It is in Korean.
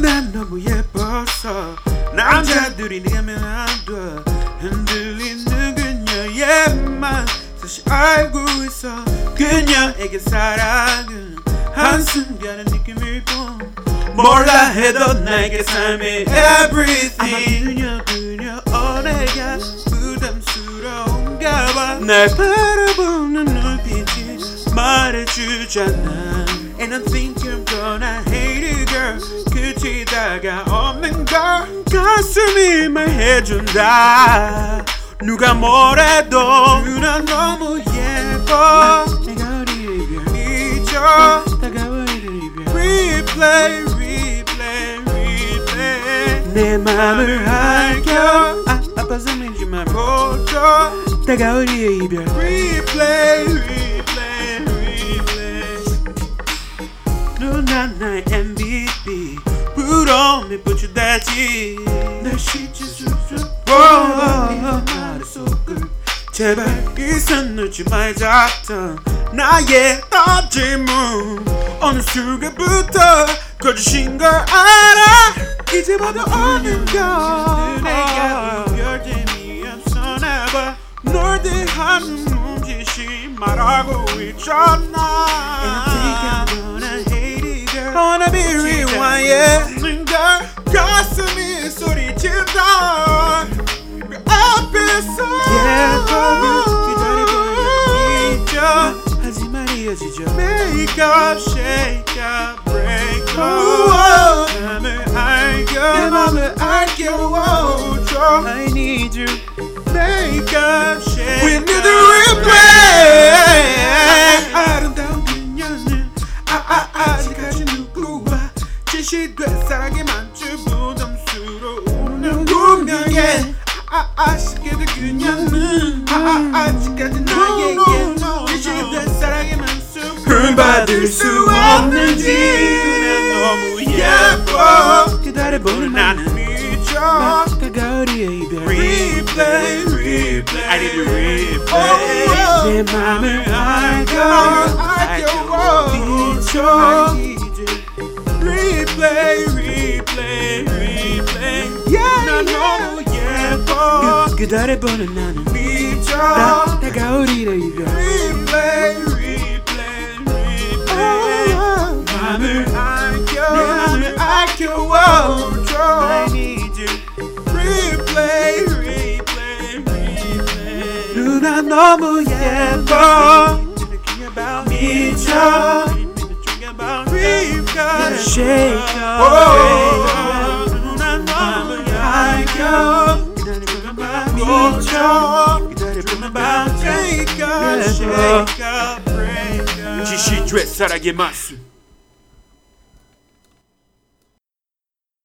난 너무 예뻐서 남자들이 내면 안돼 흔들리는 그녀의만 사실 알고 있어 그녀에게 사랑은 한순간의 느낌일 뿐 몰라 해도 나에게 삶이 everything 아마 그녀 그녀 어내가 부담스러운가 봐날 바라보는 눈빛이 말해주잖아 And I think I'm gonna hate it girl 끝이 다가오는 걸 가슴이 말해준다 누가 뭐래도 누나 너무 예뻐 내가 우리 이별이죠 Replay, replay, replay. 내 맘을 알겨. 아, 아파서 내지만 보죠. 따가운 이의 이별. Replay, replay, replay. 누나 나의 MVP. 부러움이 부추다지. 날 시체 쑥쑥. 말의 속을. 제발 이선 놓지 말자 나의 던짐은 어느 순간부터 거짓인 걸 알아 이제 모두 아는 걸 내가 별 재미없어 나봐 널 대하는 몸짓이 말하고 있잖아 I wanna be rewind, yeah. 가슴이 소리친다. 그 앞에서. 예뻐를 기다리고 있죠. 하지만 이어지죠. Make up, shake up, break up. 내 맘을 알겨. 내 맘을 알겨. I need you. Make up, shake We need the replay. 아름다운 그녀는 아, 아, 아직까지 누구와 진실되사기만 주 부담스러운 운명에 아, 아, 아쉽게도 그녀는 아, 아, 아직까지 나에게 진실된 사랑에만 흠받을 수 없는지 너무 예뻐 기다려보는 나는 미쳐 다가오리의 이별 Replay, replay. Oh, I need to replay. 내 맘을 알고, 알고, 미쳐. Replay, replay, replay. 난 너무 예뻐. 그달에보는 나는 미쳐. 다가오리의 이별 Replay, replay, replay. 맘을 알겨, 내 맘을 알겨워줘. I need you. Replay, replay, replay. 누나 너무 예뻐 예뻐 미쳐 We've Shake got 누난 너무 알겨 미쳐 기다려보는 밤 Shake up, shake up, break up 지시 죄사랑의 맛술